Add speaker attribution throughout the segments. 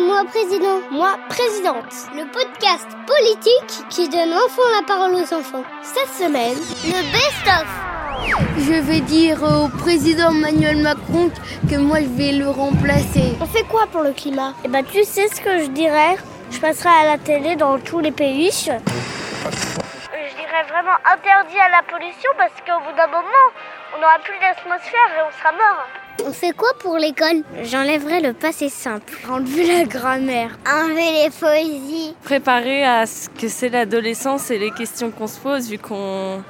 Speaker 1: Moi président, moi présidente. Le podcast politique qui donne enfin la parole aux enfants. Cette semaine, le best-of.
Speaker 2: Je vais dire au président Emmanuel Macron que moi je vais le remplacer.
Speaker 1: On fait quoi pour le climat
Speaker 3: Eh ben tu sais ce que je dirais Je passerai à la télé dans tous les pays.
Speaker 4: Euh, Je dirais vraiment interdit à la pollution parce qu'au bout d'un moment, on n'aura plus d'atmosphère et on sera mort.
Speaker 1: On fait quoi pour l'école
Speaker 5: J'enlèverai le passé simple.
Speaker 2: Enlever la grammaire.
Speaker 1: Enlever les poésies.
Speaker 6: Préparer à ce que c'est l'adolescence et les questions qu'on se pose, vu qu'on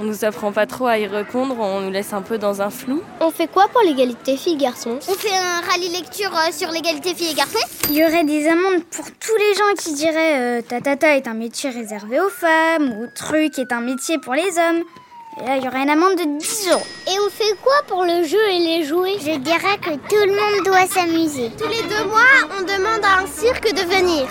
Speaker 6: on nous apprend pas trop à y répondre, on nous laisse un peu dans un flou.
Speaker 1: On fait quoi pour l'égalité filles-garçons
Speaker 7: On fait un rallye lecture
Speaker 3: euh,
Speaker 7: sur l'égalité filles et garçons
Speaker 8: Il y aurait des amendes pour tous les gens qui diraient euh, tatata est un métier réservé aux femmes ou truc est un métier pour les hommes. Et là, il y aurait une amende de 10 euros.
Speaker 1: Et on fait quoi pour le jeu et les jouets
Speaker 9: Je dirais que tout le monde doit s'amuser.
Speaker 10: Tous les deux mois, on demande à un cirque de venir.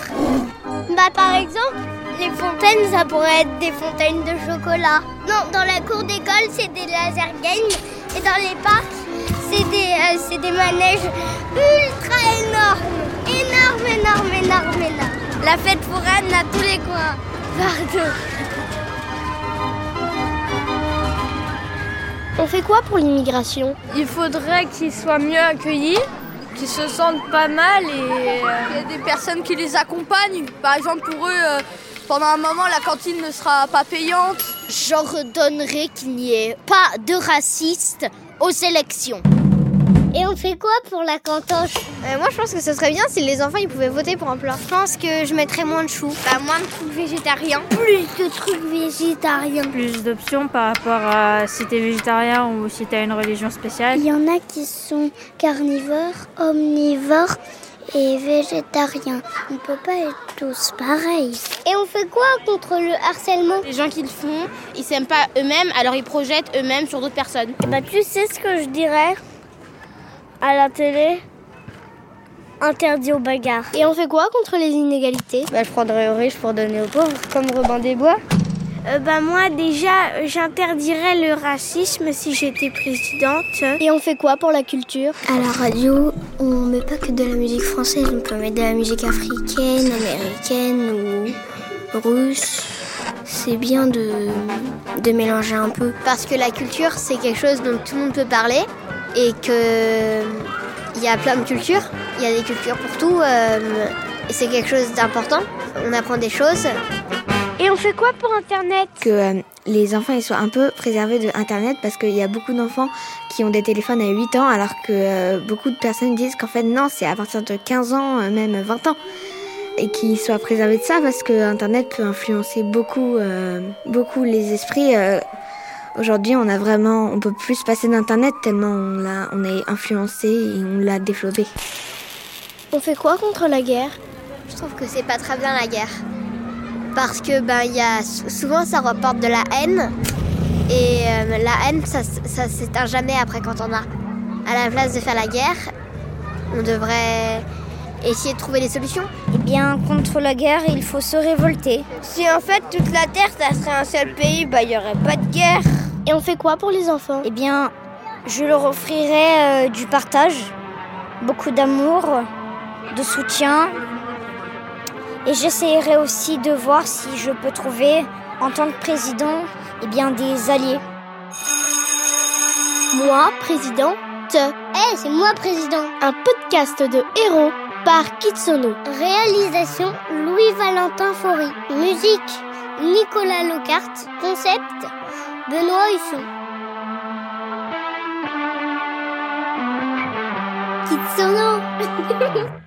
Speaker 1: Bah, par exemple, les fontaines, ça pourrait être des fontaines de chocolat.
Speaker 9: Non, dans la cour d'école, c'est des laser games. Et dans les parcs, c'est des, euh, des manèges ultra énormes. Énorme, énorme, énorme, énorme.
Speaker 11: La fête foraine à tous les coins.
Speaker 1: Pardon. On fait quoi pour l'immigration
Speaker 12: Il faudrait qu'ils soient mieux accueillis, qu'ils se sentent pas mal et euh,
Speaker 13: il y a des personnes qui les accompagnent. Par exemple, pour eux, euh, pendant un moment, la cantine ne sera pas payante.
Speaker 14: J'en redonnerai qu'il n'y ait pas de racistes aux élections.
Speaker 1: Et on fait quoi pour la cantoche
Speaker 15: euh, Moi, je pense que ce serait bien si les enfants ils pouvaient voter pour un plat. Je pense que je mettrais moins de choux,
Speaker 16: bah, moins de trucs végétariens,
Speaker 17: plus de trucs végétariens,
Speaker 18: plus d'options par rapport à si t'es végétarien ou si t'as une religion spéciale.
Speaker 19: Il y en a qui sont carnivores, omnivores et végétariens. On peut pas être tous pareils.
Speaker 1: Et on fait quoi contre le harcèlement
Speaker 20: Les gens qui le font, ils s'aiment pas eux-mêmes, alors ils projettent eux-mêmes sur d'autres personnes.
Speaker 1: Eh
Speaker 3: Bah
Speaker 1: ben,
Speaker 3: tu sais ce que je dirais à la télé interdit aux bagarres.
Speaker 1: Et on fait quoi contre les inégalités
Speaker 2: bah, Je prendrais aux riches pour donner aux pauvres, comme Robin des Bois.
Speaker 3: Euh, bah, moi déjà, euh, j'interdirais le racisme si j'étais présidente.
Speaker 15: Hein
Speaker 1: Et on fait quoi pour la culture
Speaker 10: À la radio, on met pas que de la musique française, on peut mettre de la musique africaine, américaine ou russe. C'est bien de, de mélanger un peu.
Speaker 15: Parce que la culture, c'est quelque chose dont tout le monde peut parler et que il y a plein de cultures, il y a des cultures pour tout, euh, et c'est quelque chose d'important. On apprend des choses.
Speaker 3: Et on fait quoi pour Internet
Speaker 6: Que euh, les enfants ils soient un peu préservés de Internet parce qu'il y a beaucoup d'enfants qui ont des téléphones à 8 ans alors que euh, beaucoup de personnes disent qu'en fait non c'est à partir de 15 ans, euh, même 20 ans. Et qu'ils soient préservés de ça parce que Internet peut influencer beaucoup, euh, beaucoup les esprits. euh. Aujourd'hui, on a vraiment, on peut plus passer d'internet tellement on l'a, on est influencé et on l'a développé.
Speaker 1: On fait quoi contre la guerre
Speaker 15: Je trouve que c'est pas très bien la guerre, parce que ben il y a souvent ça reporte de la haine et euh, la haine ça, ça s'éteint jamais après quand on a. À la place de faire la guerre, on devrait essayer de trouver des solutions
Speaker 11: Eh bien, contre la guerre, il faut se révolter.
Speaker 16: Si en fait toute la Terre, ça serait un seul pays, bah il n'y aurait pas de guerre.
Speaker 1: Et on fait quoi pour les enfants
Speaker 11: Eh bien, je leur offrirai euh, du partage, beaucoup d'amour, de soutien. Et j'essayerai aussi de voir si je peux trouver, en tant que président, eh bien, des alliés.
Speaker 1: Moi, présidente. Eh,
Speaker 9: hey, c'est moi, président.
Speaker 1: Un podcast de héros par Kitsono.
Speaker 9: Réalisation Louis-Valentin Faury. Musique Nicolas Locarte. Concept Benoît Husson. Kitsono